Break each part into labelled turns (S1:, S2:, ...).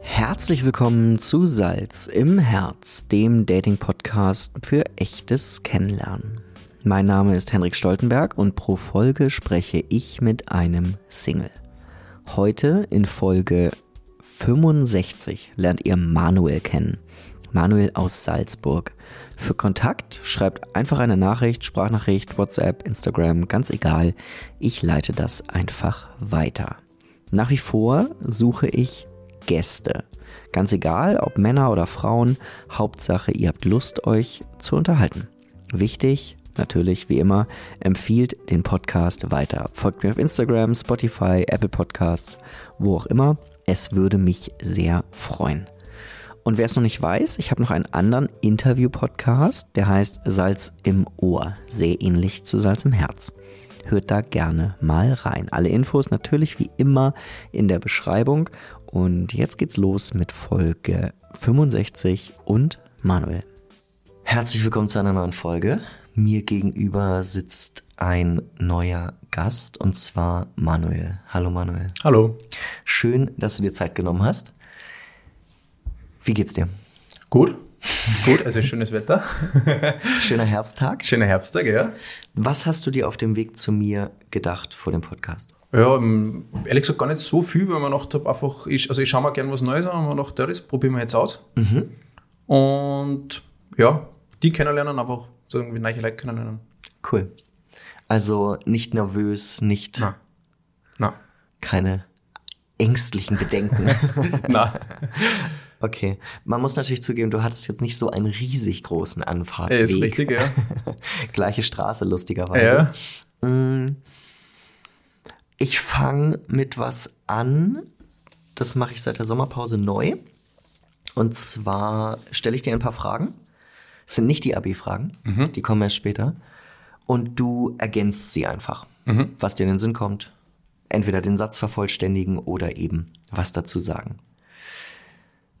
S1: Herzlich willkommen zu Salz im Herz, dem Dating-Podcast für echtes Kennenlernen. Mein Name ist Henrik Stoltenberg und pro Folge spreche ich mit einem Single. Heute in Folge 65 lernt ihr Manuel kennen. Manuel aus Salzburg. Für Kontakt schreibt einfach eine Nachricht, Sprachnachricht, WhatsApp, Instagram, ganz egal. Ich leite das einfach weiter. Nach wie vor suche ich Gäste. Ganz egal, ob Männer oder Frauen, Hauptsache, ihr habt Lust, euch zu unterhalten. Wichtig, natürlich wie immer, empfiehlt den Podcast weiter. Folgt mir auf Instagram, Spotify, Apple Podcasts, wo auch immer. Es würde mich sehr freuen. Und wer es noch nicht weiß, ich habe noch einen anderen Interview-Podcast, der heißt Salz im Ohr, sehr ähnlich zu Salz im Herz. Hört da gerne mal rein. Alle Infos natürlich wie immer in der Beschreibung. Und jetzt geht's los mit Folge 65 und Manuel. Herzlich willkommen zu einer neuen Folge. Mir gegenüber sitzt ein neuer Gast und zwar Manuel. Hallo Manuel.
S2: Hallo.
S1: Schön, dass du dir Zeit genommen hast. Wie geht's dir?
S2: Gut. Gut, also schönes Wetter.
S1: Schöner Herbsttag.
S2: Schöner Herbsttag, ja.
S1: Was hast du dir auf dem Weg zu mir gedacht vor dem Podcast?
S2: Ja, ähm, ehrlich gesagt gar nicht so viel, weil man gedacht hab, einfach, ich, also ich schaue mal gern was Neues an und man gedacht, ja, das probieren wir jetzt aus. Und ja, die kennenlernen einfach, so irgendwie neue Leute kennenlernen.
S1: Cool. Also nicht nervös, nicht
S2: Nein. Nein.
S1: keine ängstlichen Bedenken.
S2: Nein.
S1: okay. Man muss natürlich zugeben, du hattest jetzt nicht so einen riesig großen
S2: Ey,
S1: Anfahrtsweg.
S2: ist richtig, ja.
S1: Gleiche Straße, lustigerweise.
S2: ja.
S1: Mm. Ich fange mit was an. Das mache ich seit der Sommerpause neu. Und zwar stelle ich dir ein paar Fragen. Es sind nicht die AB-Fragen, die kommen erst später. Und du ergänzt sie einfach, was dir in den Sinn kommt. Entweder den Satz vervollständigen oder eben was dazu sagen.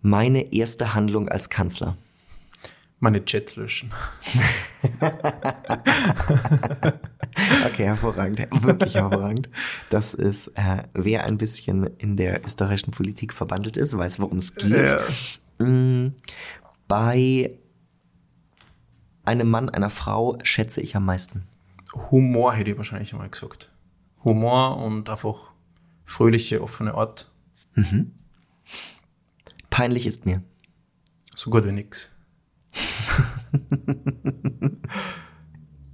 S1: Meine erste Handlung als Kanzler.
S2: Meine Chats löschen.
S1: Okay, hervorragend. Wirklich hervorragend. Das ist, äh, wer ein bisschen in der österreichischen Politik verbandelt ist, weiß, worum es geht.
S2: Ja.
S1: Mm, Bei einem Mann, einer Frau schätze ich am meisten.
S2: Humor hätte ich wahrscheinlich einmal gesagt. Humor und einfach fröhliche, offene Art.
S1: Peinlich ist mir.
S2: So gut wie nix.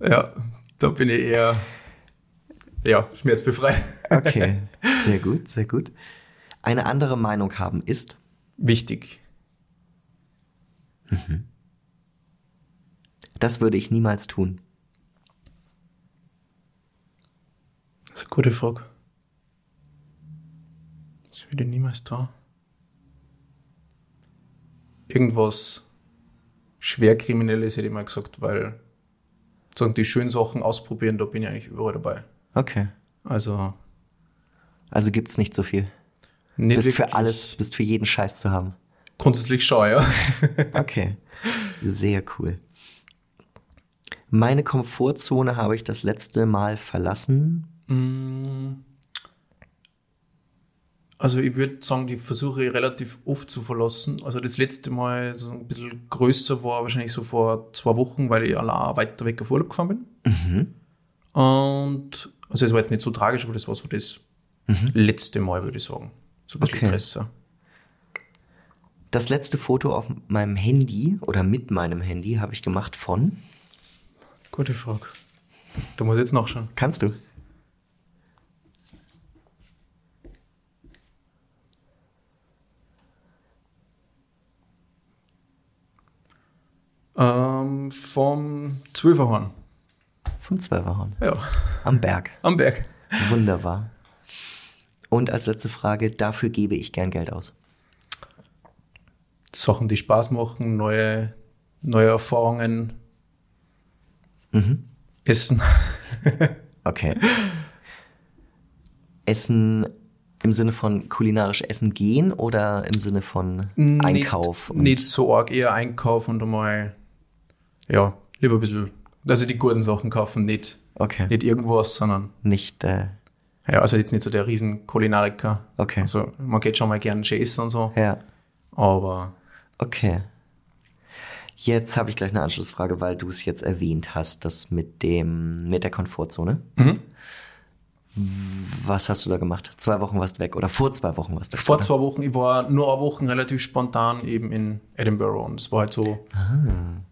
S2: ja, da bin ich eher ja, schmerzbefreit.
S1: Okay, sehr gut, sehr gut. Eine andere Meinung haben ist
S2: Wichtig.
S1: Das würde ich niemals tun.
S2: Das ist eine gute Frage. Das würde ich niemals tun. Irgendwas Schwerkriminelles hätte ich mal gesagt, weil sagen, die schönen Sachen ausprobieren, da bin ich eigentlich überall dabei.
S1: Okay.
S2: Also
S1: Also gibt's nicht so viel.
S2: nicht
S1: Bist für
S2: wirklich-
S1: alles, bist für jeden Scheiß zu haben.
S2: Grundsätzlich schon, ja.
S1: Okay. Sehr cool. Meine Komfortzone habe ich das letzte Mal verlassen.
S2: Mm. Also ich würde sagen, die versuche ich relativ oft zu verlassen. Also das letzte Mal so ein bisschen größer war wahrscheinlich so vor zwei Wochen, weil ich allein weiter weg auf Urlaub gefahren bin. Und also es war jetzt nicht so tragisch, aber das war so das letzte Mal, würde ich sagen. So ein bisschen
S1: Okay.
S2: größer.
S1: Das letzte Foto auf meinem Handy oder mit meinem Handy habe ich gemacht von.
S2: Gute Frage. Da muss ich jetzt nachschauen.
S1: Kannst du?
S2: Ähm, vom Zwölferhorn.
S1: Vom Zwölferhorn.
S2: Ja,
S1: Am Berg.
S2: am Berg.
S1: Wunderbar. Und als letzte Frage, dafür gebe ich gern Geld aus.
S2: Sachen, die Spaß machen, neue, neue Erfahrungen, Essen.
S1: Okay. Essen im Sinne von kulinarisch essen gehen oder im Sinne von Einkauf?
S2: Nicht, nicht so arg, eher Einkauf und einmal, ja, lieber ein bisschen, also die guten Sachen kaufen, nicht,
S1: Okay.
S2: nicht irgendwas, sondern,
S1: Nicht, äh,
S2: ja, also jetzt nicht so der riesen Kulinariker.
S1: Okay.
S2: Also man geht schon mal gerne schön essen und so.
S1: ja.
S2: Aber
S1: Okay. Jetzt habe ich gleich eine Anschlussfrage, weil du es jetzt erwähnt hast, das mit dem mit der Komfortzone.
S2: Mhm.
S1: Was hast du da gemacht? Zwei Wochen warst weg oder vor zwei Wochen warst du
S2: vor
S1: weg?
S2: zwei Wochen, ich war nur eine Woche relativ spontan eben in Edinburgh und es war halt so,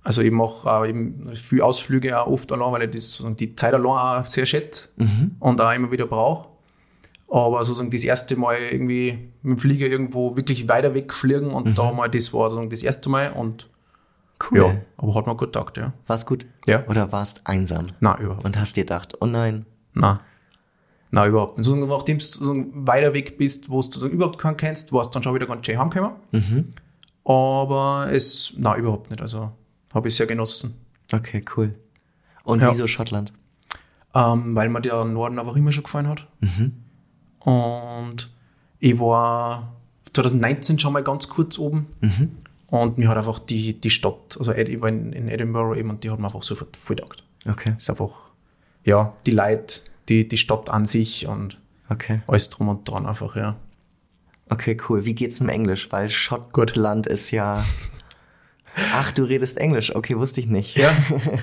S2: also eben auch äh, eben viel Ausflüge auch oft allein, weil ich das, sozusagen die Zeit allein auch sehr schätze und auch immer wieder brauche. Aber sozusagen das erste Mal irgendwie mit dem Flieger irgendwo wirklich weiter wegfliegen und da mal, das war sozusagen das erste Mal und
S1: Cool.
S2: ja, aber hat mir gut getaugt, ja.
S1: War's gut?
S2: Ja.
S1: Oder warst einsam?
S2: Nein, überhaupt.
S1: Und hast dir gedacht, oh nein.
S2: Nein. Nein, überhaupt nicht. Sondern nachdem du so weiter weg bist, wo du so überhaupt keinen kennst, warst du dann schon wieder ganz schön heimgekommen. Aber es, nein, überhaupt nicht. Also habe ich sehr genossen.
S1: Okay, cool. Und
S2: Ja.
S1: wieso Schottland?
S2: Ähm, weil mir der Norden einfach immer schon gefallen hat. Und ich war 2019 schon mal ganz kurz oben. Und mir hat einfach die, die Stadt, also Ed- ich war in, in Edinburgh eben und die hat mir einfach sofort voll getaugt.
S1: Okay,
S2: Es ist einfach, ja, die Leute, die, die Stadt an sich und
S1: okay.
S2: alles drum und dran einfach, ja.
S1: Okay, cool. Wie geht's mit dem Englisch? Weil Schottland ist ja. Ach, du redest Englisch. Okay, wusste ich nicht.
S2: Ja,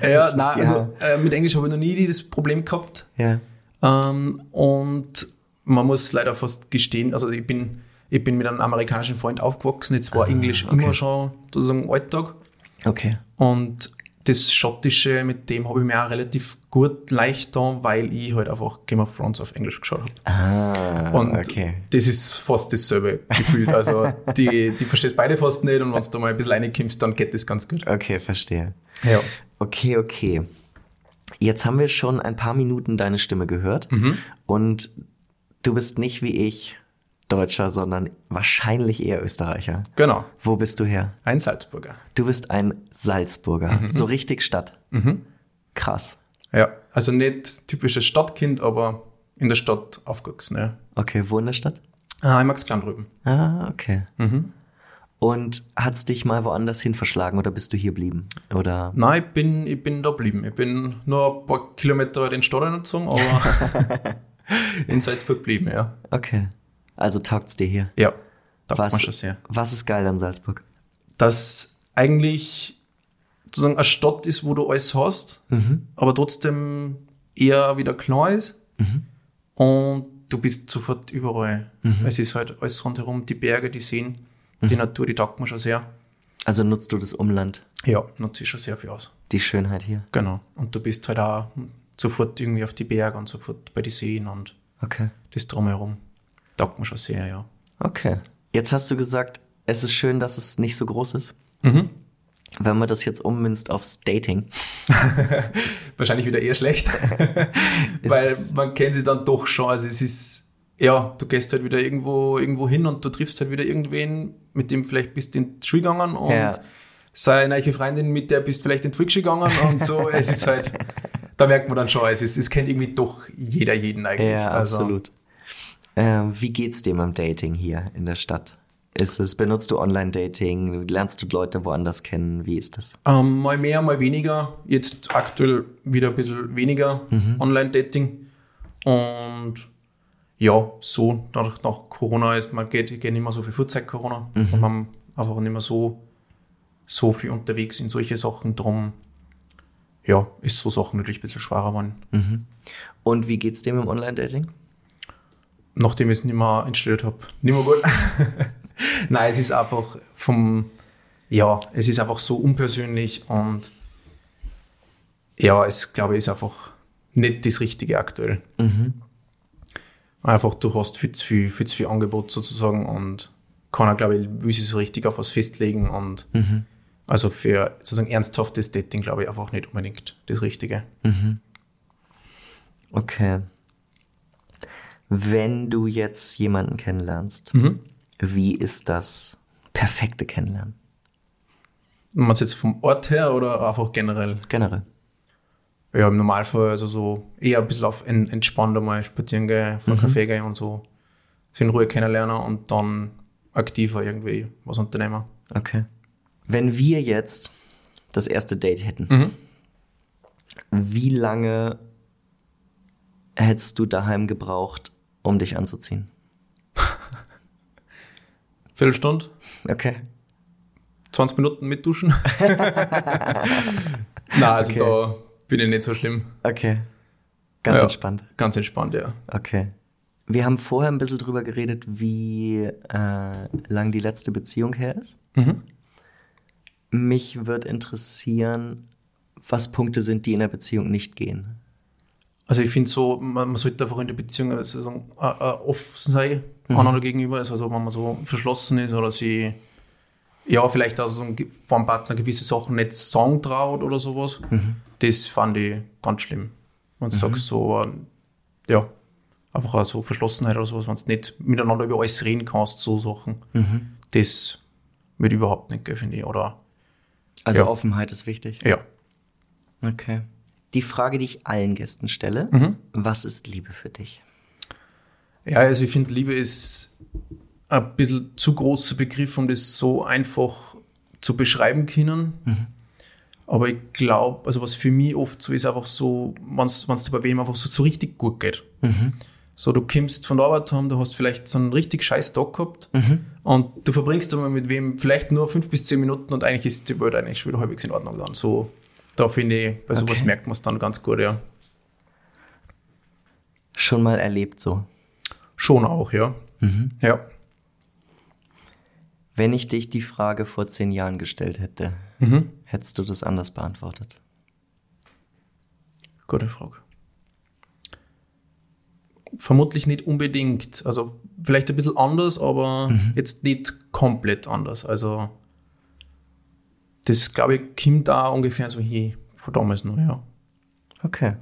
S2: ja,
S1: Das
S2: nein,
S1: ist ja-
S2: also äh, mit Englisch habe ich noch nie das Problem gehabt.
S1: Ja.
S2: Ähm, und man muss leider fast gestehen, also ich bin, ich bin mit einem amerikanischen Freund aufgewachsen, jetzt
S1: Ah,
S2: war Englisch immer schon sozusagen Alltag.
S1: Okay.
S2: Und das Schottische, mit dem habe ich mir auch relativ gut leicht da, weil ich halt einfach Game of Thrones auf Englisch geschaut habe.
S1: Ah,
S2: Und
S1: okay.
S2: das ist fast dasselbe Gefühl. Also die, die verstehst beide fast nicht und wenn du mal ein bisschen reinkommst, dann geht das ganz gut.
S1: Okay, verstehe.
S2: Ja.
S1: Okay, okay. Jetzt haben wir schon ein paar Minuten deine Stimme gehört und du bist nicht wie ich Deutscher, sondern wahrscheinlich eher Österreicher.
S2: Genau.
S1: Wo bist du her?
S2: Ein Salzburger.
S1: Du bist ein Salzburger, so richtig Stadt. Krass.
S2: Ja, also nicht typisches Stadtkind, aber in der Stadt aufgewachsen. Ja.
S1: Okay, wo in der Stadt?
S2: Ah, ich mag's Kleinrüben.
S1: Ah, okay. Und hat's dich mal woanders hin verschlagen oder bist du hier geblieben? Oder
S2: Nein, ich bin, ich bin da geblieben. Ich bin nur ein paar Kilometer den Stadt reingezogen, aber in Salzburg geblieben, ja.
S1: okay. Also taugt's dir hier.
S2: Ja, da man schon
S1: Was,
S2: sehr.
S1: was ist geil an Salzburg?
S2: Dass eigentlich sozusagen eine Stadt ist, wo du alles hast, aber trotzdem eher wieder klein ist und du bist sofort überall. Es ist halt alles rundherum, die Berge, die Seen, die Natur, die taugt mir schon sehr.
S1: Also nutzt du das Umland,
S2: Ja, nutze ich schon sehr viel aus.
S1: die Schönheit hier?
S2: Genau. Und du bist halt auch sofort irgendwie auf die Berge und sofort bei den Seen und
S1: Okay.
S2: das drumherum. Taugt mir schon sehr, ja.
S1: Okay. Jetzt hast du gesagt, es ist schön, dass es nicht so groß ist. Wenn man das jetzt ummünzt aufs Dating.
S2: Wahrscheinlich wieder eher schlecht,
S1: Ist
S2: weil
S1: das-
S2: man kennt sie dann doch schon. Also es ist, ja, du gehst halt wieder irgendwo, irgendwo hin und du triffst halt wieder irgendwen, mit dem vielleicht bist du in die Schule gegangen und
S1: Ja.
S2: seine neue Freundin, mit der bist vielleicht in die Volksschule gegangen und so. es ist halt, da merkt man dann schon, es, ist, es kennt irgendwie doch jeder jeden eigentlich.
S1: ja,
S2: Also,
S1: absolut. Ähm, wie geht's dir beim Dating hier in der Stadt? Ist es, benutzt du Online-Dating? Lernst du Leute woanders kennen? Wie ist das?
S2: Ähm, mal mehr, mal weniger. Jetzt aktuell wieder ein bisschen weniger Online-Dating. Und ja, so, nach, nach Corona ist, man geht, geht nicht mehr so viel vor seit Corona. Und man einfach nicht mehr so, so viel unterwegs in solche Sachen. Drum, ja, ist so Sachen natürlich ein bisschen schwerer geworden.
S1: Und wie geht's dir mit dem Online-Dating?
S2: nachdem ich es nicht mehr installiert habe. Nicht mehr gut. Nein, es ist einfach vom, ja, es ist einfach so unpersönlich und ja, es glaube ich ist einfach nicht das Richtige aktuell. Einfach, du hast viel zu viel, viel zu viel Angebot sozusagen und keiner, glaube ich, will sich so richtig auf was festlegen und also für sozusagen ernsthaftes Dating, glaube ich, einfach nicht unbedingt das Richtige.
S1: Okay. Wenn du jetzt jemanden kennenlernst, wie ist das perfekte Kennenlernen?
S2: Und man jetzt vom Ort her oder einfach generell?
S1: Generell.
S2: Ja, im Normalfall, also so eher ein bisschen auf en- entspannter mal spazieren gehen, vor einen Kaffee gehen und so. sich in Ruhe kennenlernen und dann aktiver irgendwie was unternehmen.
S1: Okay. Wenn wir jetzt das erste Date hätten,
S2: Mhm.
S1: wie lange hättest du daheim gebraucht, um dich anzuziehen?
S2: Viertelstunde,
S1: Okay.
S2: 20 Minuten mit duschen. Nein, also
S1: Okay.
S2: da bin ich nicht so schlimm.
S1: Okay. Ganz
S2: Ja.
S1: entspannt.
S2: Ganz entspannt, ja.
S1: Okay. Wir haben vorher ein bisschen drüber geredet, wie äh, lang die letzte Beziehung her ist.
S2: Mhm.
S1: Mich wird interessieren, was Punkte sind, die in der Beziehung nicht gehen.
S2: Also ich finde so, man, man sollte einfach in der Beziehung also sagen, äh, äh, offen sein, einander gegenüber ist, also wenn man so verschlossen ist oder sie ja, vielleicht auch so ein ge- vom Partner gewisse Sachen nicht sagen traut oder sowas. Das fand ich ganz schlimm. Wenn du sagst so, äh, ja, einfach auch so Verschlossenheit oder sowas, wenn du nicht miteinander über alles reden kannst, so Sachen. Das wird überhaupt nicht gehen, finde ich. Oder
S1: Also
S2: Ja.
S1: Offenheit ist wichtig.
S2: ja.
S1: Okay. Die Frage, die ich allen Gästen stelle, was ist Liebe für dich?
S2: Ja, also ich finde, Liebe ist ein bisschen zu großer Begriff, um das so einfach zu beschreiben können. Aber ich glaube, also was für mich oft so ist, einfach so, wenn es bei wem einfach so, so richtig gut geht. So, du kommst von der Arbeit heim, du hast vielleicht so einen richtig scheiß Tag gehabt und du verbringst einmal mit wem vielleicht nur fünf bis zehn Minuten und eigentlich ist die Welt eigentlich schon wieder halbwegs in Ordnung dann. So, da finde ich, bei sowas
S1: Okay.
S2: merkt man es dann ganz gut, ja.
S1: Schon mal erlebt so.
S2: Schon auch, ja. Ja.
S1: Wenn ich dich die Frage vor zehn Jahren gestellt hätte, hättest du das anders beantwortet?
S2: Gute Frage. Vermutlich nicht unbedingt. Also vielleicht ein bisschen anders, aber jetzt nicht komplett anders. Also das, glaube ich, kommt da ungefähr so hier von damals noch, ja.
S1: Okay.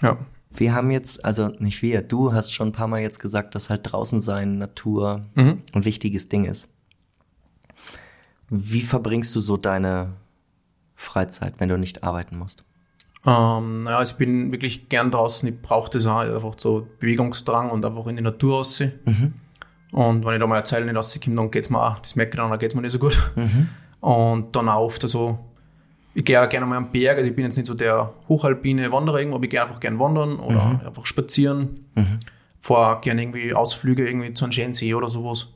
S2: Ja,
S1: Wir haben jetzt, also nicht wir, du hast schon ein paar Mal jetzt gesagt, dass halt draußen sein, Natur
S2: Mhm.
S1: ein wichtiges Ding ist. Wie verbringst du so deine Freizeit, wenn du nicht arbeiten musst?
S2: ähm, naja, also ich bin wirklich gern draußen. Ich brauche das auch einfach so Bewegungsdrang und einfach in die Natur raus. Und wenn ich da mal eine Zeile nicht rauskomme, dann geht's mir auch, das merke ich dann, dann geht's mir nicht so gut. Und dann auch oft so, ich gehe auch gerne mal am Berg, also ich bin jetzt nicht so der hochalpine Wanderer irgendwo, aber ich gehe einfach gerne wandern oder einfach spazieren. Fahre auch gerne irgendwie Ausflüge irgendwie zu einem schönen See oder sowas.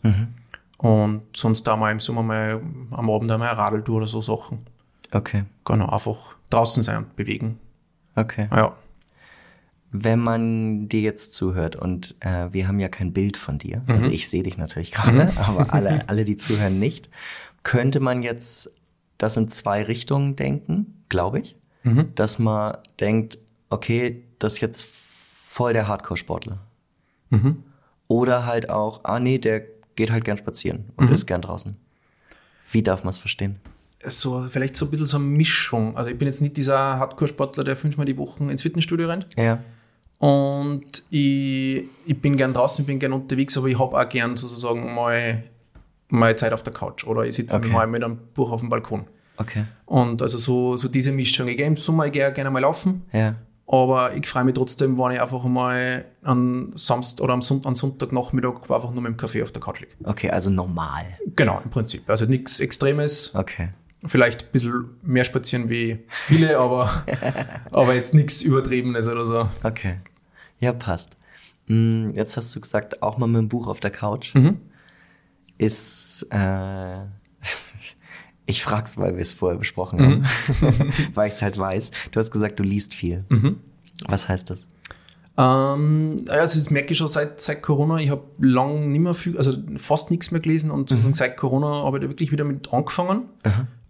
S2: Und sonst da mal im Sommer mal am Abend einmal eine Radeltour oder so Sachen.
S1: Okay,
S2: Genau, einfach draußen sein und bewegen.
S1: okay.
S2: Ja.
S1: Wenn man dir jetzt zuhört und äh, wir haben ja kein Bild von dir, also ich sehe dich natürlich gerade, aber alle, alle, die zuhören, nicht, könnte man jetzt das in zwei Richtungen denken, glaube ich, dass man denkt, okay, das ist jetzt voll der Hardcore-Sportler. Oder halt auch, ah nee, der geht halt gern spazieren und ist gern draußen. Wie darf man es verstehen?
S2: So, vielleicht so ein bisschen so eine Mischung. Also ich bin jetzt nicht dieser Hardcore-Sportler, der fünfmal die Woche ins Fitnessstudio rennt.
S1: Ja,
S2: Und ich, ich bin gern draußen, bin gern unterwegs, aber ich habe auch gern sozusagen mal meine Zeit auf der Couch oder ich sitze
S1: Okay.
S2: mal mit einem Buch auf dem Balkon.
S1: okay,
S2: Und also so, so diese Mischung. Ich gehe im Sommer ich geh gerne mal laufen,
S1: ja,
S2: aber ich freue mich trotzdem, wenn ich einfach mal an Samstag oder am Sonntag, am Sonntagnachmittag einfach nur mit dem Kaffee auf der Couch liege.
S1: okay, also normal,
S2: Genau, im Prinzip. Also nichts Extremes.
S1: okay.
S2: Vielleicht ein bisschen mehr spazieren wie viele, aber, aber jetzt nichts Übertriebenes oder so.
S1: Okay. Ja, passt. Hm, Jetzt hast du gesagt, auch mal mit dem Buch auf der Couch. Ist, äh, ich frag's, weil wir es vorher besprochen haben. weil ich es halt weiß. Du hast gesagt, du liest viel. Was heißt das?
S2: Ähm, also das merke ich schon seit, seit Corona. Ich habe lang nicht mehr viel, also fast nichts mehr gelesen und sozusagen seit Corona habe ich da wirklich wieder mit angefangen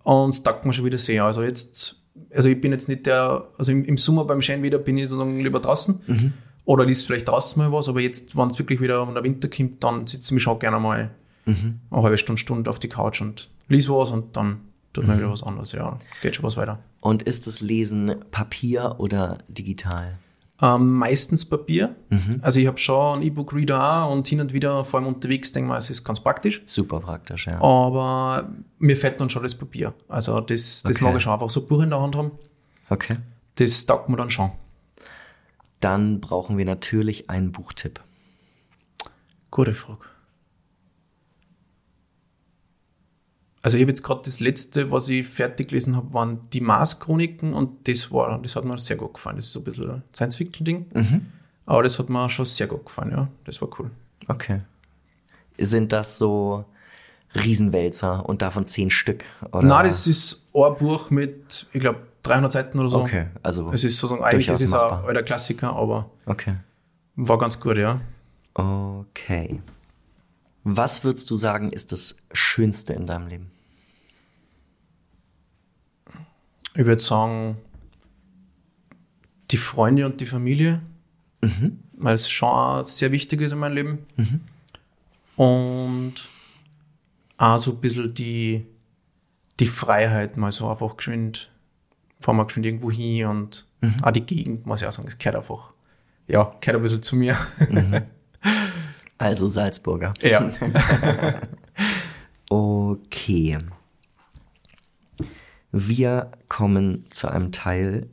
S2: und es taugt mir schon wieder sehr. Also jetzt, also ich bin jetzt nicht der, also im, im Sommer beim schönen Wetter bin ich sozusagen lieber draußen oder liest vielleicht draußen mal was, aber jetzt, wenn es wirklich wieder wenn der Winter kommt, dann sitze ich mich schon gerne mal eine halbe Stunde, Stunde auf die Couch und lies was und dann tut man wieder was anderes. Ja, geht schon was weiter.
S1: Und ist das Lesen Papier oder digital?
S2: Ähm, meistens Papier. Also ich habe schon einen E-Book-Reader auch und hin und wieder, vor allem unterwegs, denke mal, es ist ganz praktisch.
S1: Super praktisch,
S2: Oh.
S1: ja.
S2: Aber mir fällt dann schon das Papier. Also das, das
S1: Okay.
S2: mag ich schon einfach so ein Buch in der Hand haben.
S1: Okay.
S2: Das taugt mir dann schon.
S1: Dann brauchen wir natürlich einen Buchtipp.
S2: Gute Frage. Also ich habe jetzt gerade das letzte, was ich fertig gelesen habe, waren die Mars-Chroniken und das war, das hat mir sehr gut gefallen. Das ist so ein bisschen ein Science-Fiction-Ding. Aber das hat mir schon sehr gut gefallen, ja. Das war cool.
S1: Okay. Sind das so Riesenwälzer und davon zehn Stück? Oder?
S2: Nein, das ist ein Buch mit, ich glaube, 300 Seiten oder so.
S1: Okay, also
S2: Es ist sozusagen, eigentlich
S1: Durchaus
S2: ist es ein
S1: machbar.
S2: alter Klassiker, aber
S1: okay.
S2: war ganz gut, ja.
S1: Okay. Was würdest du sagen, ist das Schönste in deinem Leben?
S2: Ich würde sagen, die Freunde und die Familie,
S1: Mhm.
S2: weil es schon auch sehr wichtig ist in meinem Leben. Und auch so ein bisschen die, die Freiheit, mal so einfach geschwind, fahren wir geschwind irgendwo hin und
S1: Mhm.
S2: auch die Gegend, muss ich auch sagen, es gehört einfach, ja, gehört ein bisschen zu mir.
S1: Also Salzburger.
S2: ja.
S1: Okay. Wir kommen zu einem Teil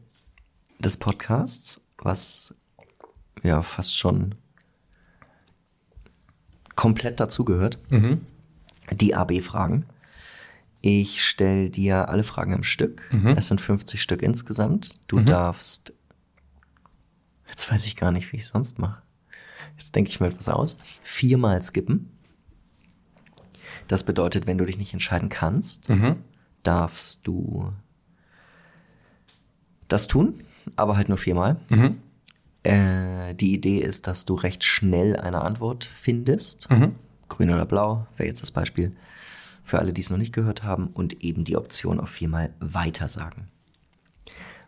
S1: des Podcasts, was ja fast schon komplett dazugehört. Die AB-Fragen. Ich stelle dir alle Fragen im Stück. Es sind 50 Stück insgesamt. Du darfst. Jetzt weiß ich gar nicht, wie ich sonst mache. Jetzt denke ich mir etwas aus. Viermal skippen. Das bedeutet, wenn du dich nicht entscheiden kannst,
S2: Mhm.
S1: darfst du das tun, aber halt nur viermal.
S2: Mhm.
S1: Äh, die Idee ist, dass du recht schnell eine Antwort findest.
S2: Mhm.
S1: Grün oder blau wäre jetzt das Beispiel. Für alle, die es noch nicht gehört haben und eben die Option auf viermal weitersagen.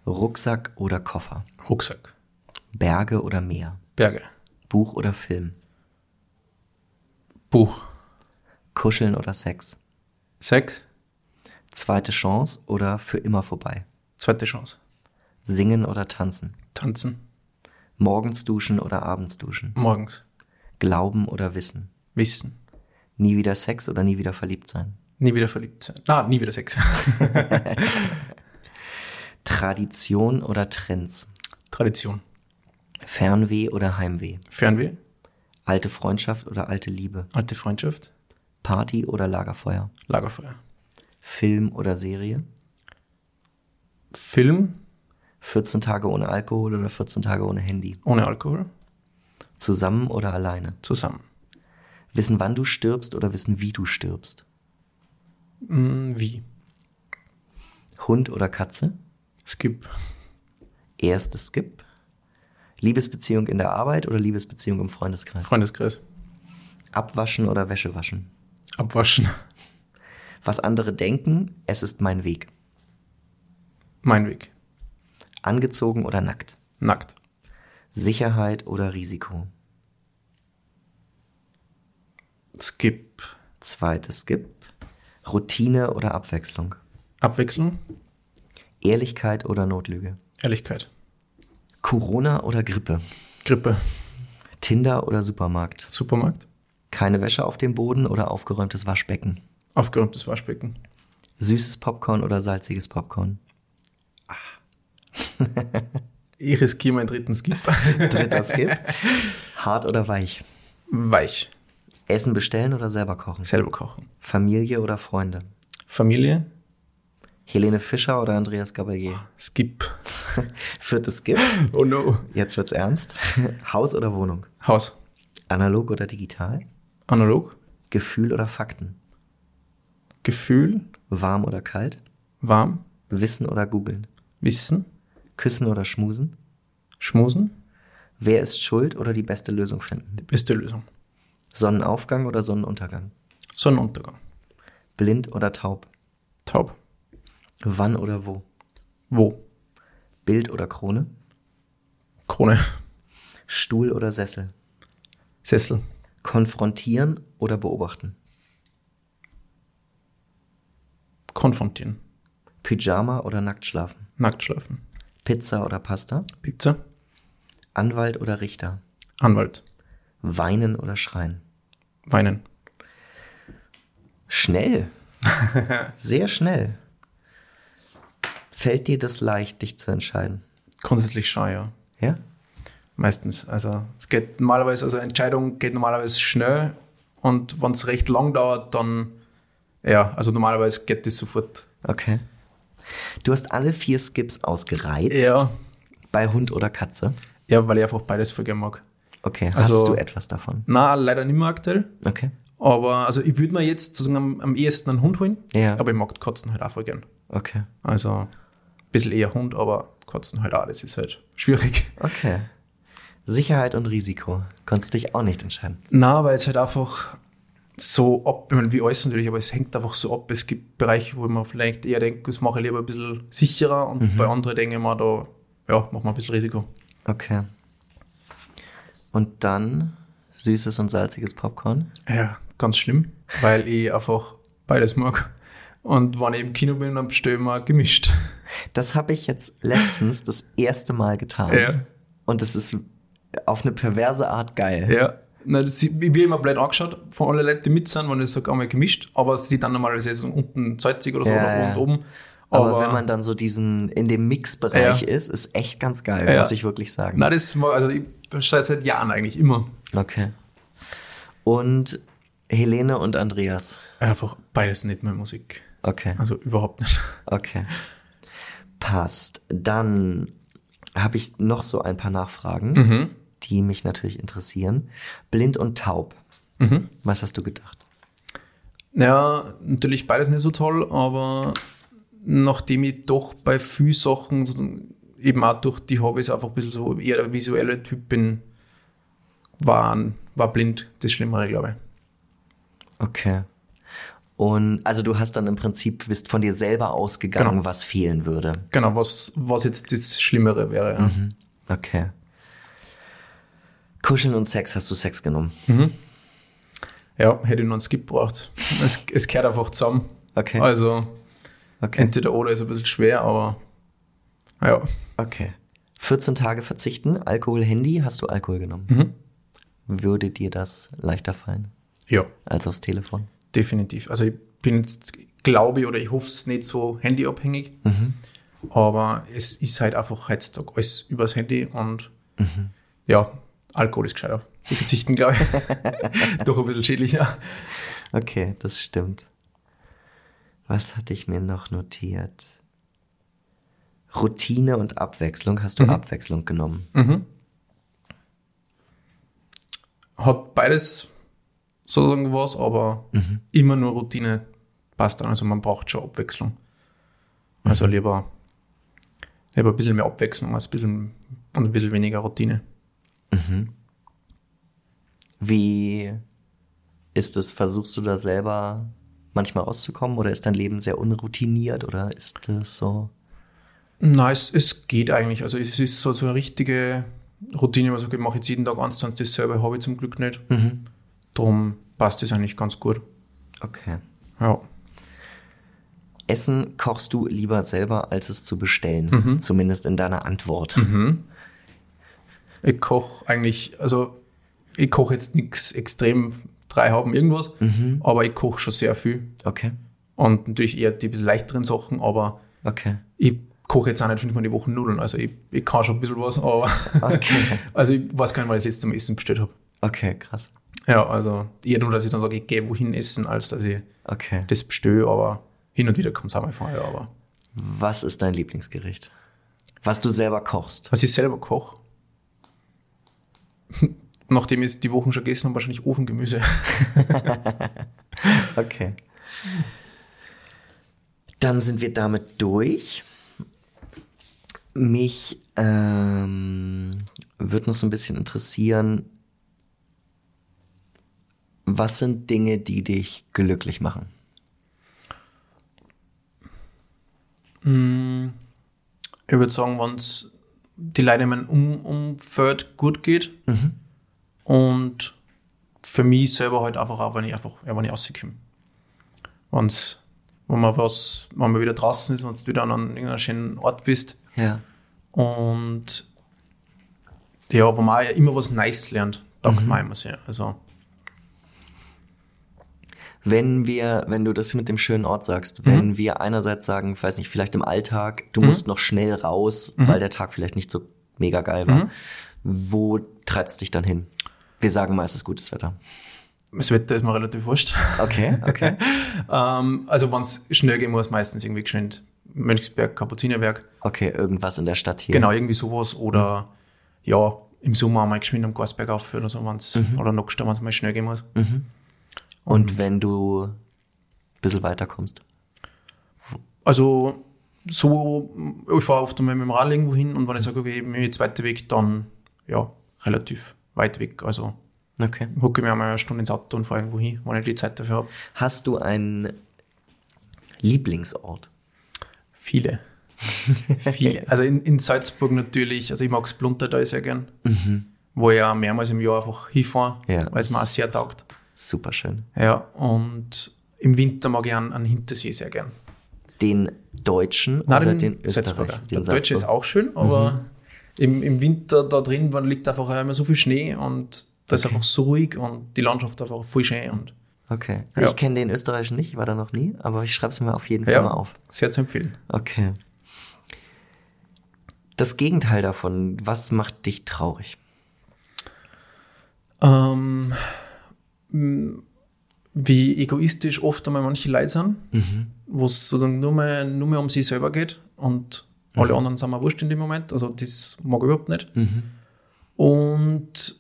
S1: Rucksack oder Koffer?
S2: Rucksack,
S1: Berge oder Meer?
S2: Berge,
S1: Buch oder Film?
S2: Buch,
S1: Kuscheln oder Sex?
S2: Sex,
S1: Zweite Chance oder für immer vorbei?
S2: zweite Chance,
S1: Singen oder tanzen?
S2: tanzen,
S1: Morgens duschen oder abends duschen?
S2: morgens,
S1: Glauben oder Wissen?
S2: Wissen.
S1: Nie wieder Sex oder nie wieder verliebt sein?
S2: Nie wieder verliebt sein. Na, nie wieder Sex.
S1: Tradition oder Trends?
S2: Tradition.
S1: Fernweh oder Heimweh?
S2: Fernweh,
S1: Alte Freundschaft oder alte Liebe?
S2: alte Freundschaft,
S1: Party oder Lagerfeuer?
S2: Lagerfeuer.
S1: Film oder Serie?
S2: Film
S1: 14 Tage ohne Alkohol oder 14 Tage ohne Handy?
S2: ohne Alkohol,
S1: Zusammen oder alleine?
S2: zusammen.
S1: Wissen, wann du stirbst oder wissen, wie du stirbst?
S2: Hm, wie?
S1: Hund oder Katze?
S2: Skip.
S1: Erstes Skip? Liebesbeziehung in der Arbeit oder Liebesbeziehung im Freundeskreis?
S2: Freundeskreis.
S1: Abwaschen oder Wäsche waschen?
S2: Abwaschen.
S1: Was andere denken, es ist mein Weg.
S2: Mein Weg.
S1: Angezogen oder nackt.
S2: Nackt.
S1: Sicherheit oder Risiko.
S2: Skip.
S1: Zweites Skip. Routine oder Abwechslung.
S2: Abwechslung.
S1: Ehrlichkeit oder Notlüge.
S2: Ehrlichkeit.
S1: Corona oder Grippe.
S2: Grippe.
S1: Tinder oder Supermarkt.
S2: Supermarkt.
S1: Keine Wäsche auf dem Boden oder aufgeräumtes Waschbecken.
S2: Aufgeräumtes Waschbecken.
S1: Süßes Popcorn oder salziges Popcorn.
S2: Ich riskiere meinen dritten Skip.
S1: Dritter Skip. Hart oder weich.
S2: Weich.
S1: Essen bestellen oder selber kochen.
S2: Selber kochen.
S1: Familie oder Freunde.
S2: Familie.
S1: Helene Fischer oder Andreas Gabalier.
S2: Skip.
S1: Viertes Skip.
S2: Oh no.
S1: Jetzt wird's ernst. Haus oder Wohnung?
S2: Haus.
S1: Analog oder digital?
S2: Analog.
S1: Gefühl oder Fakten?
S2: Gefühl.
S1: Warm oder kalt?
S2: Warm.
S1: Wissen oder googeln?
S2: Wissen.
S1: Küssen oder schmusen?
S2: Schmusen.
S1: Wer ist schuld oder die beste Lösung finden?
S2: Die beste Lösung.
S1: Sonnenaufgang oder Sonnenuntergang?
S2: Sonnenuntergang.
S1: Blind oder taub?
S2: Taub.
S1: Wann oder wo?
S2: Wo?
S1: Bild oder Krone?
S2: Krone.
S1: Stuhl oder Sessel?
S2: Sessel.
S1: Konfrontieren oder beobachten?
S2: Konfrontieren.
S1: Pyjama oder nackt schlafen?
S2: Nackt schlafen.
S1: Pizza oder Pasta?
S2: Pizza.
S1: Anwalt oder Richter?
S2: Anwalt.
S1: Weinen oder schreien?
S2: Weinen.
S1: Schnell. Sehr schnell. Fällt dir das leicht, dich zu entscheiden?
S2: Grundsätzlich schon, ja.
S1: Ja?
S2: Meistens. Also es geht normalerweise, also Entscheidung geht normalerweise schnell und wenn es recht lang dauert, dann ja, also normalerweise geht das sofort.
S1: Okay. Du hast alle vier Skips ausgereizt.
S2: Ja.
S1: Bei Hund oder Katze.
S2: Ja, weil ich einfach beides vergeben mag.
S1: Okay.
S2: Also-
S1: hast du etwas davon?
S2: Na, leider nicht mehr aktuell.
S1: Okay.
S2: Aber also ich würde mir jetzt sozusagen am, am ehesten einen Hund holen,
S1: Ja.
S2: aber ich mag Kotzen halt auch voll gern.
S1: Okay.
S2: Also ein bisschen eher Hund, aber Kotzen halt auch, das ist halt schwierig.
S1: Okay. Sicherheit und Risiko. Konntest dich auch nicht entscheiden.
S2: Na, weil es halt einfach so ab, ich meine, wie alles natürlich, aber es hängt einfach so ab. Es gibt Bereiche, wo man vielleicht eher denkt, das mache ich lieber ein bisschen sicherer und bei anderen denke ich mir da, ja, mach mal ein bisschen Risiko.
S1: Okay. Und dann süßes und salziges Popcorn.
S2: Ja, ganz schlimm, weil ich einfach beides mag. Und wenn ich im Kino bin, dann bestelle ich mal gemischt.
S1: Das habe ich jetzt letztens das erste Mal getan.
S2: Ja.
S1: Und es ist auf eine perverse Art geil.
S2: Ja. Na, das, ich bin immer blöd angeschaut von allen Leuten, die mit sind, wenn ich sage, einmal gemischt. Aber es sieht dann normalerweise so unten salzig oder so
S1: Ja,
S2: oder
S1: ja.
S2: oben.
S1: Aber, wenn man dann so diesen in dem Mix-Bereich
S2: Oh. Ja.
S1: ist, ist echt ganz geil,
S2: Ja.
S1: muss ich wirklich sagen.
S2: Nein, das mag, also ich bestelle seit Jahren eigentlich immer.
S1: Okay. Und Helene und Andreas.
S2: Einfach beides nicht mehr Musik.
S1: Okay.
S2: Also überhaupt nicht.
S1: Okay. Passt. Dann habe ich noch so ein paar Nachfragen,
S2: Mhm.
S1: die mich natürlich interessieren. Blind und taub.
S2: Mhm.
S1: Was hast du gedacht?
S2: Ja, natürlich beides nicht so toll, aber nachdem ich doch bei vielen Sachen so- eben auch durch die Hobbys einfach ein bisschen so eher der visuelle Typ bin, war, war blind das Schlimmere, glaube ich.
S1: Okay. Und also du hast dann im Prinzip bist von dir selber ausgegangen,
S2: Genau.
S1: was fehlen würde.
S2: Genau, was, was jetzt das Schlimmere wäre. Ja.
S1: Okay. Kuscheln und Sex hast du Sex genommen.
S2: Ja, hätte ich noch einen Skip gebraucht. Es, es gehört einfach zusammen.
S1: Okay.
S2: Also,
S1: Okay.
S2: entweder oder ist ein bisschen schwer, aber ja.
S1: Okay. 14 Tage verzichten, Alkohol, Handy, hast du Alkohol genommen? Würde dir das leichter fallen
S2: Ja,
S1: als aufs Telefon?
S2: definitiv. Also, ich bin jetzt, glaube ich, oder ich hoffe es nicht so handyabhängig,
S1: Mhm.
S2: aber es ist halt einfach heutzutage alles übers Handy und
S1: Mhm.
S2: ja, Alkohol ist gescheiter. Sie verzichten, glaube ich. Doch ein bisschen schädlicher.
S1: Okay, das stimmt. Was hatte ich mir noch notiert? Routine und Abwechslung, hast du Abwechslung genommen?
S2: Hat beides sozusagen was, aber immer nur Routine passt dann. Also man braucht schon Abwechslung. Also lieber, lieber ein bisschen mehr Abwechslung als ein bisschen, und ein bisschen weniger Routine.
S1: Wie ist es, versuchst du da selber manchmal rauszukommen oder ist dein Leben sehr unroutiniert oder ist es so?
S2: Nein, es, es geht eigentlich. Also es ist so, so eine richtige Routine, also ich mache jetzt jeden Tag eins, sonst dasselbe habe ich zum Glück nicht. Drum passt das eigentlich ganz gut.
S1: Okay.
S2: Ja.
S1: Essen kochst du lieber selber, als es zu bestellen. Zumindest in deiner Antwort.
S2: Ich koche eigentlich, also ich koche jetzt nichts extrem, drei Hauben irgendwas, aber ich koche schon sehr viel.
S1: Okay.
S2: Und natürlich eher die bisschen leichteren Sachen, aber
S1: Okay.
S2: ich koche jetzt auch nicht fünfmal die Woche Nudeln. Also ich, ich kann schon ein bisschen was, aber
S1: Okay.
S2: also ich weiß gar nicht, wann ich das letzte Mal Essen bestellt habe.
S1: Okay, krass.
S2: Ja, also eher nur, dass ich dann sage, ich gehe wohin essen, als dass ich
S1: Okay.
S2: das bestelle, aber hin und wieder kommt es auch mal vor. Ja, aber
S1: Was ist dein Lieblingsgericht? Was du selber kochst.
S2: was ich selber koche, nachdem ich es die Wochen schon gegessen habe, wahrscheinlich Ofengemüse.
S1: Okay. Dann sind wir damit durch. Mich ähm, würde noch so ein bisschen interessieren, was sind Dinge, die dich glücklich machen?
S2: Ich würde sagen, wenn es die Leute in meinem um Umfeld gut geht und für mich selber halt einfach auch, wenn ich einfach, ja, wenn ich rauskomme. Wenn's, wenn man was, wenn man wieder draußen ist, wenn du wieder an einem irgendeinem schönen Ort bist
S1: Ja.
S2: und ja, wenn man auch ja immer was Neues lernt, taugt man immer sehr. Also,
S1: Wenn wir, wenn du das mit dem schönen Ort sagst, wenn wir einerseits sagen, ich weiß nicht, vielleicht im Alltag, du musst noch schnell raus, weil der Tag vielleicht nicht so mega geil war, wo treibst dich dann hin? Wir sagen meistens gutes Wetter.
S2: das Wetter ist mir relativ wurscht.
S1: Okay, okay.
S2: ähm, also, wenn es schnell gehen muss, meistens irgendwie geschwind. Mönchsberg, Kapuzinerberg.
S1: Okay, irgendwas in der Stadt hier.
S2: Genau, irgendwie sowas. Oder ja, im Sommer einmal geschwind am Gasberg aufführen oder so, wenn's, oder noch wenn es mal schnell gehen muss.
S1: Und wenn du ein bisschen weiterkommst.
S2: Also so, ich fahre oft einmal mit dem Rad irgendwo hin und wenn ich sage, okay, ich möchte jetzt weiter weg, dann ja, relativ weit weg. Also
S1: Okay.
S2: hocke ich mir einmal eine Stunde ins Auto und fahre irgendwo hin, wenn ich die Zeit dafür habe.
S1: Hast du einen Lieblingsort?
S2: Viele. Viele. Also in, in Salzburg natürlich, also ich mag Spluntertal sehr gern, wo ich ja mehrmals im Jahr einfach hinfahre,
S1: Ja.
S2: weil es mir auch sehr taugt.
S1: Super schön.
S2: Ja, und im Winter mag ich einen, einen Hintersee sehr gern.
S1: Den deutschen
S2: Nein,
S1: oder
S2: den,
S1: den
S2: Salzburger.
S1: Österreich?
S2: Der
S1: Den
S2: Deutsche ist
S1: Salzburg. Mhm.
S2: auch schön, aber im, im Winter da drin man liegt einfach immer so viel Schnee und da ist einfach so ruhig und die Landschaft einfach voll schön und
S1: Okay.
S2: Ja.
S1: Ich kenne den österreichischen nicht, war da noch nie, aber ich schreibe es mir auf jeden Fall
S2: ja,
S1: mal auf.
S2: sehr zu empfehlen.
S1: Okay. Das Gegenteil davon, was macht dich traurig?
S2: Ähm, m, wie egoistisch oft einmal manche Leute sind, wo es sozusagen nur mehr, nur mehr um sich selber geht und alle anderen sind mir wurscht in dem Moment, also das mag ich überhaupt nicht. Und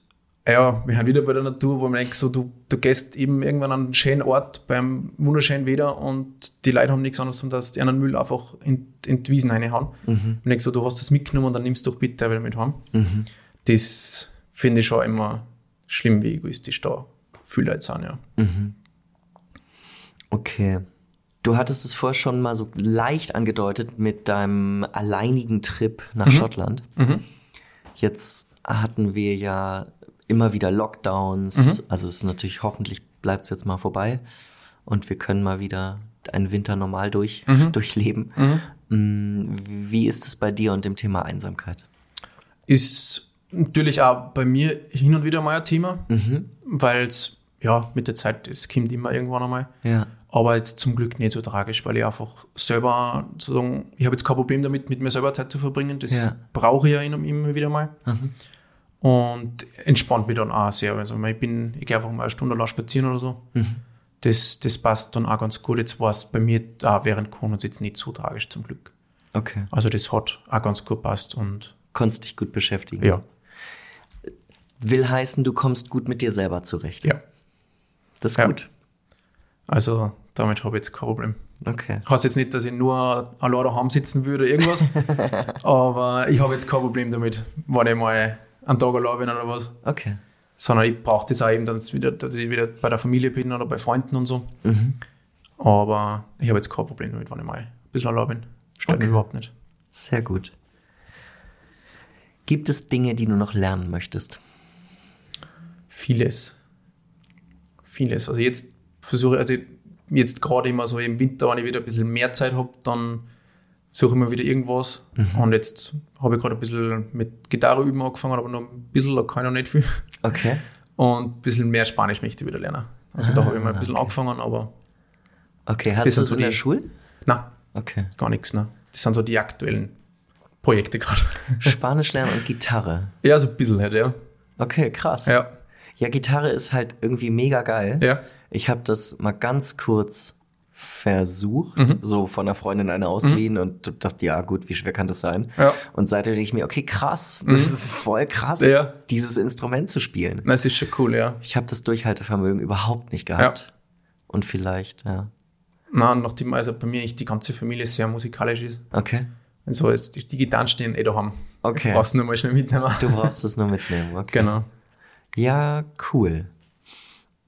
S2: ja, wir haben wieder bei der Natur, wo man denkt, so, du, du gehst eben irgendwann an einen schönen Ort beim wunderschönen Wetter und die Leute haben nichts anderes, als dass die einen Müll einfach in, in die Wiesen reinhauen. Und denkst so, du hast das mitgenommen und dann nimmst du doch bitte wieder mit heim. Das finde ich schon immer schlimm, wie egoistisch da viele Leute sind, ja.
S1: Okay. Du hattest es vorher schon mal so leicht angedeutet mit deinem alleinigen Trip
S2: Mhm.
S1: nach Schottland. Jetzt hatten wir ja immer wieder Lockdowns.
S2: Mhm.
S1: Also es ist natürlich, hoffentlich bleibt es jetzt mal vorbei und wir können mal wieder einen Winter normal durch,
S2: Mhm.
S1: durchleben. Mm, Wie ist es bei dir und dem Thema Einsamkeit?
S2: Ist natürlich auch bei mir hin und wieder mal ein Thema, weil es, ja, mit der Zeit, es kommt immer irgendwann einmal.
S1: Ja.
S2: Aber jetzt zum Glück nicht so tragisch, weil ich einfach selber sozusagen, ich habe jetzt kein Problem damit, mit mir selber Zeit zu verbringen. Das
S1: Ja. Mhm.
S2: brauche ich ja immer- immer wieder mal. Und entspannt mich dann auch sehr. Also ich bin, ich gehe einfach mal eine Stunde lang spazieren oder so.
S1: Mhm.
S2: Das, das passt dann auch ganz gut. Jetzt war es bei mir auch während Corona jetzt nicht so tragisch zum Glück.
S1: Okay.
S2: Also das hat auch ganz gut passt und
S1: Konntest dich gut beschäftigen.
S2: ja,
S1: Will heißen, du kommst gut mit dir selber zurecht.
S2: ja.
S1: Das ist
S2: Ja.
S1: gut.
S2: Also damit habe ich jetzt kein Problem.
S1: Okay.
S2: Heißt jetzt nicht, dass ich nur allein daheim sitzen würde oder irgendwas, aber ich habe jetzt kein Problem damit, wenn ich mal einen Tag allein bin oder was.
S1: Okay.
S2: Sondern ich brauche das auch eben, dass, wieder, dass ich wieder bei der Familie bin oder bei Freunden und so. Aber ich habe jetzt kein Problem damit, wenn ich mal ein bisschen allein bin. Stört mich überhaupt nicht.
S1: Sehr gut. Gibt es Dinge, die du noch lernen möchtest?
S2: Vieles. Vieles. Also jetzt versuche ich, also jetzt gerade immer so im Winter, wenn ich wieder ein bisschen mehr Zeit habe, dann suche ich mir wieder irgendwas. Und jetzt habe ich gerade ein bisschen mit Gitarre üben angefangen, aber noch ein bisschen, da kann ich noch nicht viel.
S1: Okay.
S2: Und ein bisschen mehr Spanisch möchte ich wieder lernen. Also da habe ich mal ein bisschen angefangen, aber
S1: Okay, hast
S2: Das
S1: du
S2: sind
S1: es
S2: so
S1: in der
S2: die-
S1: Schule?
S2: na,
S1: Okay.
S2: gar nichts. Ne? Das sind so die aktuellen Projekte gerade.
S1: Spanisch lernen und Gitarre.
S2: ja, so ein bisschen halt, ja.
S1: Okay, krass.
S2: Ja,
S1: Ja, Gitarre ist halt irgendwie mega geil.
S2: ja.
S1: Ich habe das mal ganz kurz versucht,
S2: Mhm.
S1: so von einer Freundin eine ausgeliehen und dachte, ja gut, wie schwer kann das sein?
S2: Ja. Mhm.
S1: Und seitdem denke ich mir, okay, krass, das ist voll krass,
S2: Ja.
S1: dieses Instrument zu spielen.
S2: Das ist schon cool, ja.
S1: Ich habe das Durchhaltevermögen überhaupt nicht gehabt. Und vielleicht, ja.
S2: Nein, nachdem also bei mir echt die ganze Familie sehr musikalisch ist.
S1: Okay.
S2: Und so jetzt die die Gitarren stehen eh daheim.
S1: Okay.
S2: Du brauchst nur mal schnell mitnehmen.
S1: Du brauchst es nur mitnehmen, okay.
S2: Genau.
S1: Ja, cool.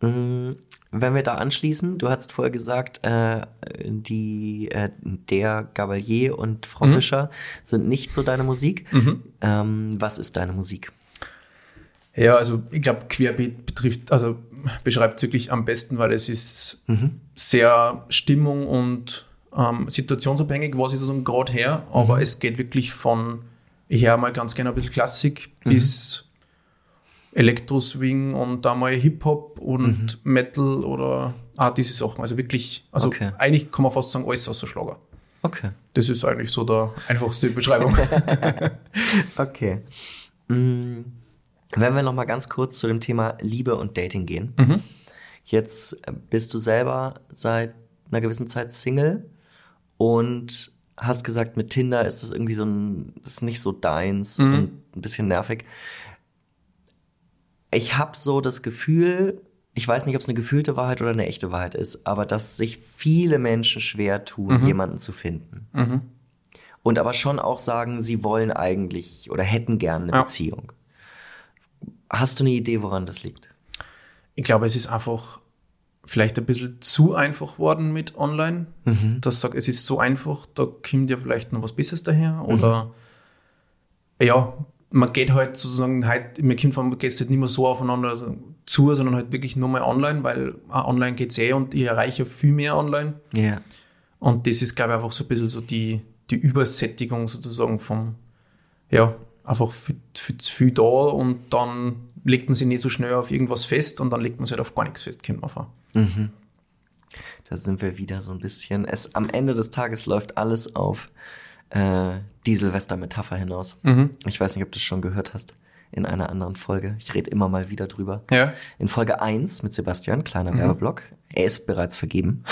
S1: Mm, Wenn wir da anschließen, du hast vorher gesagt, äh, die, äh, der Gabalier und Frau Fischer sind nicht so deine Musik. Ähm, was ist deine Musik?
S2: Ja, also ich glaube, Querbeet betrifft, also beschreibt wirklich am besten, weil es ist
S1: Mhm.
S2: sehr stimmung- und ähm, situationsabhängig, was ich sozusagen gerade her,
S1: Mhm.
S2: aber es geht wirklich von, ich höre mal ganz gerne ein bisschen Klassik
S1: Mhm.
S2: bis Elektro-Swing und da mal Hip-Hop und Metal oder ah, diese Sachen. Also wirklich, also
S1: Mhm. Okay.
S2: eigentlich kann man fast sagen, alles außer Schlager.
S1: Okay.
S2: Das ist eigentlich so der einfachste Beschreibung.
S1: Okay. Mm, Wenn wir noch mal ganz kurz zu dem Thema Liebe und Dating gehen. Jetzt bist du selber seit einer gewissen Zeit Single und hast gesagt, mit Tinder ist das irgendwie so ein, das ist nicht so deins und ein bisschen nervig. Ich habe so das Gefühl, ich weiß nicht, ob es eine gefühlte Wahrheit oder eine echte Wahrheit ist, aber dass sich viele Menschen schwer tun, jemanden zu finden. Und aber schon auch sagen, sie wollen eigentlich oder hätten gerne eine
S2: Ja.
S1: Beziehung. Hast du eine Idee, woran das liegt?
S2: Ich glaube, es ist einfach vielleicht ein bisschen zu einfach worden mit online. Das sagt, es ist so einfach, da kommt ja vielleicht noch was Besseres daher. Oder ja, man geht halt sozusagen halt, man kommt von, man geht halt nicht mehr so aufeinander also, zu, sondern halt wirklich nur mal online, weil ah, online geht's eh und ich erreiche viel mehr online.
S1: Ja.
S2: Und das ist, glaube ich, einfach so ein bisschen so die, die Übersättigung sozusagen vom, ja, einfach viel, viel zu viel da und dann legt man sich nicht so schnell auf irgendwas fest und dann legt man sich halt auf gar nichts fest, kennt man vor.
S1: Da sind wir wieder so ein bisschen. Es, am Ende des Tages läuft alles auf äh, die Silvester-Metapher hinaus. Ich weiß nicht, ob du es schon gehört hast in einer anderen Folge. Ich rede immer mal wieder drüber.
S2: Ja.
S1: In Folge 1 mit Sebastian, kleiner Werbeblock, er ist bereits vergeben,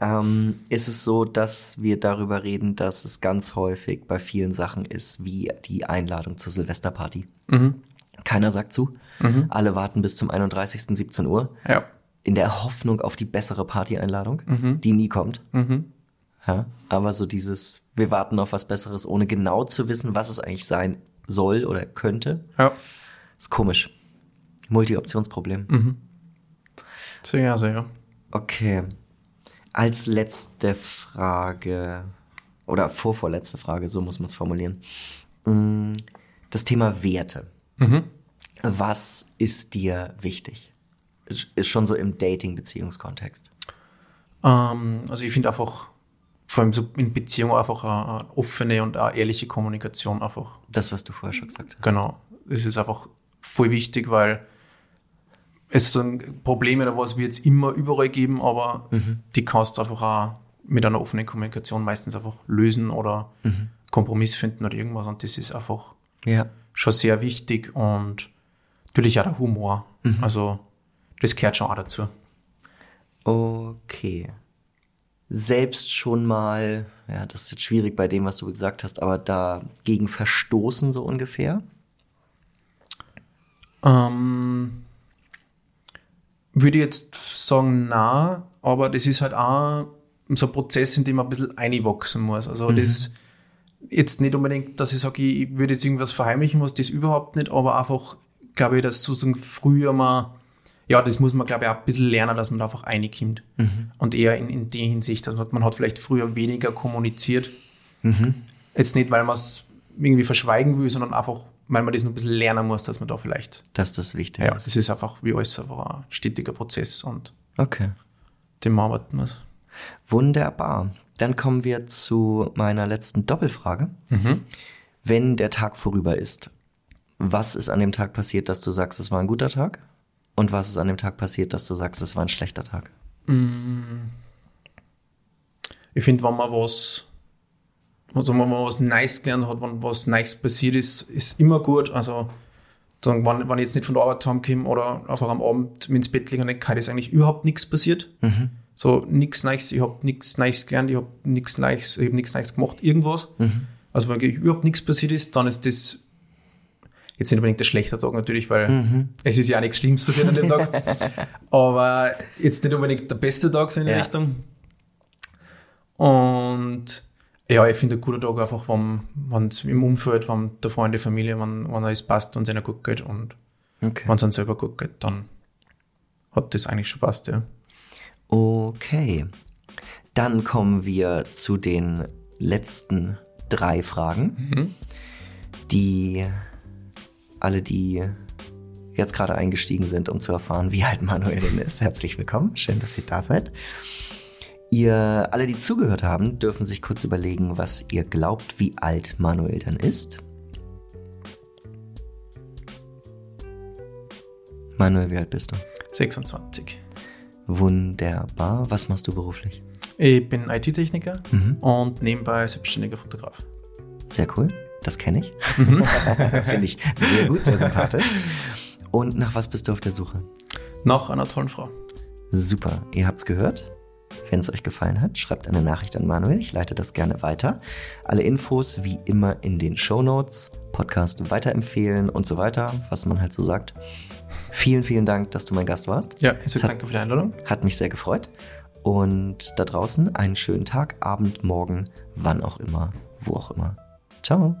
S1: ähm, ist es so, dass wir darüber reden, dass es ganz häufig bei vielen Sachen ist, wie die Einladung zur Silvesterparty. Keiner sagt zu. Alle warten bis zum 31. 17 Uhr
S2: Ja.
S1: in der Hoffnung auf die bessere Party-Einladung, die nie kommt. Ja, aber so dieses, wir warten auf was Besseres, ohne genau zu wissen, was es eigentlich sein soll oder könnte,
S2: Ja.
S1: ist komisch. Multi-Optionsproblem.
S2: Sehr, sehr, ja.
S1: Okay. Als letzte Frage oder vorvorletzte Frage, so muss man es formulieren. Mm, Das Thema Werte. Was ist dir wichtig? Ist ist schon so im Dating-Beziehungskontext.
S2: Ähm, also ich finde einfach, vor allem so in Beziehung einfach eine, eine offene und eine ehrliche Kommunikation einfach.
S1: Das, was du vorher schon gesagt hast.
S2: Genau. Das ist einfach voll wichtig, weil es so ein Problem oder was wird es immer überall geben, aber die kannst du einfach auch mit einer offenen Kommunikation meistens einfach lösen oder Kompromiss finden oder irgendwas. Und das ist einfach
S1: Ja.
S2: schon sehr wichtig und natürlich auch der Humor. Also das gehört schon auch dazu.
S1: Okay. Selbst schon mal, ja, das ist jetzt schwierig bei dem, was du gesagt hast, aber dagegen verstoßen so ungefähr.
S2: Ähm, würde ich jetzt sagen, na, aber das ist halt auch so ein Prozess, in dem man ein bisschen einwachsen muss. Also das jetzt nicht unbedingt, dass ich sage, ich würde jetzt irgendwas verheimlichen, was das überhaupt nicht, aber einfach, glaube ich, dass sozusagen früher mal, ja, das muss man, glaube ich, auch ein bisschen lernen, dass man da einfach reinkommt. Und eher in, in der Hinsicht, dass man, man hat vielleicht früher weniger kommuniziert. Jetzt nicht, weil man es irgendwie verschweigen will, sondern einfach, weil man das noch ein bisschen lernen muss, dass man da vielleicht
S1: Dass das wichtig
S2: ja,
S1: ist.
S2: das Also ist einfach wie alles einfach ein stetiger Prozess und
S1: Okay.
S2: dem arbeiten muss.
S1: Wunderbar. Dann kommen wir zu meiner letzten Doppelfrage. Wenn der Tag vorüber ist, was ist an dem Tag passiert, dass du sagst, es war ein guter Tag? Und was ist an dem Tag passiert, dass du sagst, es war ein schlechter Tag?
S2: Ich finde, wenn man was, also wenn man was Nice gelernt hat, wenn was Nice passiert ist, ist immer gut. Also dann, wenn, wenn ich jetzt nicht von der Arbeit heimkomme oder einfach am Abend mit ins Bett liegen und kann, ist eigentlich überhaupt nichts passiert. So nichts Nice, ich habe nichts Nice gelernt, ich habe nichts Nice, ich habe nichts Nice gemacht, irgendwas. Also wenn wirklich überhaupt nichts passiert ist, dann ist das jetzt nicht unbedingt ein schlechter Tag natürlich, weil
S1: Mhm.
S2: es ist ja auch nichts Schlimmes passiert an dem Tag. Aber jetzt nicht unbedingt der beste Tag so in die
S1: Ja.
S2: Richtung. Und ja, ich finde ein guter Tag einfach, wenn es im Umfeld, wenn der Freunde, Familie, wenn, wenn alles passt und es ihnen gut geht und
S1: Okay.
S2: wenn es einem selber gut geht, dann hat das eigentlich schon passt, ja.
S1: Okay. Dann kommen wir zu den letzten drei Fragen, die alle, die jetzt gerade eingestiegen sind, um zu erfahren, wie alt Manuel denn ist. Herzlich willkommen. Schön, dass ihr da seid. Ihr, alle, die zugehört haben, dürfen sich kurz überlegen, was ihr glaubt, wie alt Manuel denn ist. Manuel, wie alt bist du?
S2: 26.
S1: Wunderbar. Was machst du beruflich?
S2: Ich bin IT-Techniker
S1: Mhm.
S2: und nebenbei selbstständiger Fotograf.
S1: Sehr cool. Das kenne ich. Finde ich sehr gut, sehr sympathisch. Und nach was bist du auf der Suche?
S2: Nach einer tollen Frau.
S1: Super. Ihr habt's gehört. Wenn es euch gefallen hat, schreibt eine Nachricht an Manuel. Ich leite das gerne weiter. Alle Infos wie immer in den Show Notes. Podcast weiterempfehlen und so weiter, was man halt so sagt. Vielen, vielen Dank, dass du mein Gast warst.
S2: Ja, ich
S1: Es
S2: sage
S1: hat-
S2: danke für die Einladung.
S1: Hat mich sehr gefreut. Und da draußen einen schönen Tag, Abend, Morgen, wann auch immer, wo auch immer. Ciao.